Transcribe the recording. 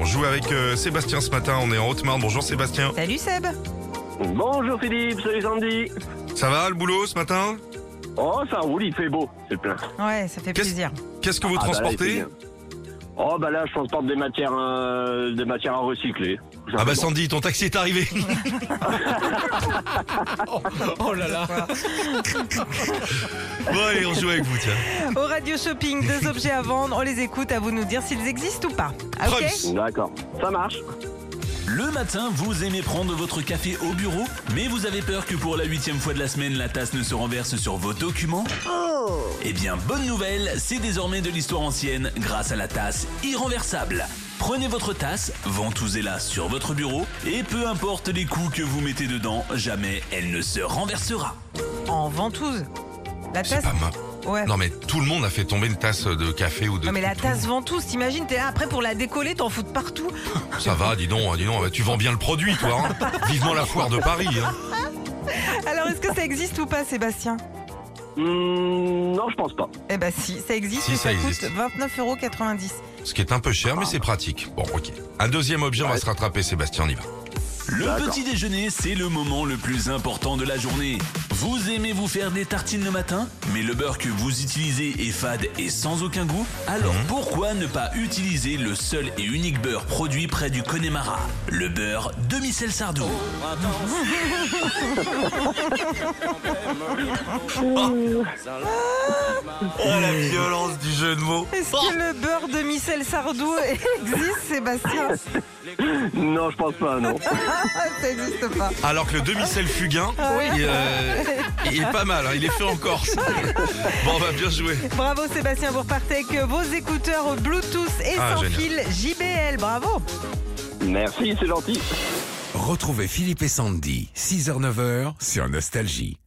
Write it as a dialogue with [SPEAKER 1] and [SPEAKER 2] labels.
[SPEAKER 1] On joue avec euh, Sébastien ce matin, on est en Haute-Marne. Bonjour Sébastien.
[SPEAKER 2] Salut Seb
[SPEAKER 3] Bonjour Philippe, salut Sandy.
[SPEAKER 1] Ça va le boulot ce matin
[SPEAKER 3] Oh, ça roule, il fait beau, c'est plein.
[SPEAKER 2] Ouais, ça fait
[SPEAKER 1] Qu'est-ce-
[SPEAKER 2] plaisir.
[SPEAKER 1] Qu'est-ce que vous
[SPEAKER 3] Ah, bah là, il
[SPEAKER 1] transportez
[SPEAKER 3] fait bien. Oh, bah là, je transporte des matières, euh, des matières à recycler.
[SPEAKER 1] Ah bah Sandy, ton taxi est arrivé.
[SPEAKER 4] Oh là là
[SPEAKER 1] bon allez, on joue avec vous, tiens.
[SPEAKER 2] Au radio shopping, deux objets à vendre, on les écoute à vous nous dire s'ils existent ou pas. Ah, Ok
[SPEAKER 1] Preuves.
[SPEAKER 3] D'accord, ça marche.
[SPEAKER 5] Le matin, vous aimez prendre votre café au bureau, mais vous avez peur que pour la huitième fois de la semaine, la tasse ne se renverse sur vos documents Eh bien, bonne nouvelle, c'est désormais de l'histoire ancienne grâce à la tasse irrenversable. Prenez votre tasse, ventousez-la sur votre bureau, et peu importe les coups que vous mettez dedans, jamais elle ne se renversera.
[SPEAKER 2] En ventouse. La
[SPEAKER 1] C'est
[SPEAKER 2] tasse
[SPEAKER 1] pas mal.
[SPEAKER 2] Ouais.
[SPEAKER 1] Non mais tout le monde a fait tomber une tasse de café ou de.
[SPEAKER 2] Non, mais la
[SPEAKER 1] tout-
[SPEAKER 2] tasse ventouse, t'imagines, t'es là après pour la décoller, t'en fous de partout.
[SPEAKER 1] Ça va, dis donc, hein, dis donc. bah, tu vends bien le produit, toi. hein. Vivement la foire de Paris. hein.
[SPEAKER 2] Alors est-ce que ça existe ou pas Sébastien
[SPEAKER 3] Hmm, non, je pense pas.
[SPEAKER 2] Eh ben si, ça existe
[SPEAKER 1] Si,
[SPEAKER 2] et
[SPEAKER 1] ça
[SPEAKER 2] ça, coûte
[SPEAKER 1] existe.
[SPEAKER 2] 29,90€.
[SPEAKER 1] Ce qui est un peu cher, mais c'est pratique. Bon, ok. Un deuxième objet, on va se rattraper, Sébastien, on y va.
[SPEAKER 5] Le
[SPEAKER 3] D'accord.
[SPEAKER 5] petit déjeuner, c'est le moment le plus important de la journée. Vous aimez vous faire des tartines le matin, mais le beurre que vous utilisez est fade et sans aucun goût Alors pourquoi ne pas utiliser le seul et unique beurre produit près du Connemara Le beurre de Michel Sardou.
[SPEAKER 1] Oh la violence du jeu de mots.
[SPEAKER 2] Est-ce que le beurre de Michel Sardou existe Sébastien Ah,
[SPEAKER 3] Non, je pense pas, non.
[SPEAKER 2] Ça existe pas.
[SPEAKER 1] Alors que le demi-sel fugain,
[SPEAKER 2] Ah.
[SPEAKER 1] il, euh, il est pas mal, hein, il est fait en Corse. Bon, on va bien jouer.
[SPEAKER 2] Bravo Sébastien, vous repartez avec vos écouteurs Bluetooth et
[SPEAKER 1] Ah,
[SPEAKER 2] sans
[SPEAKER 1] génial.
[SPEAKER 2] fil JBL. Bravo
[SPEAKER 3] Merci, c'est gentil.
[SPEAKER 4] Retrouvez Philippe et Sandy, 6h-9h sur Nostalgie.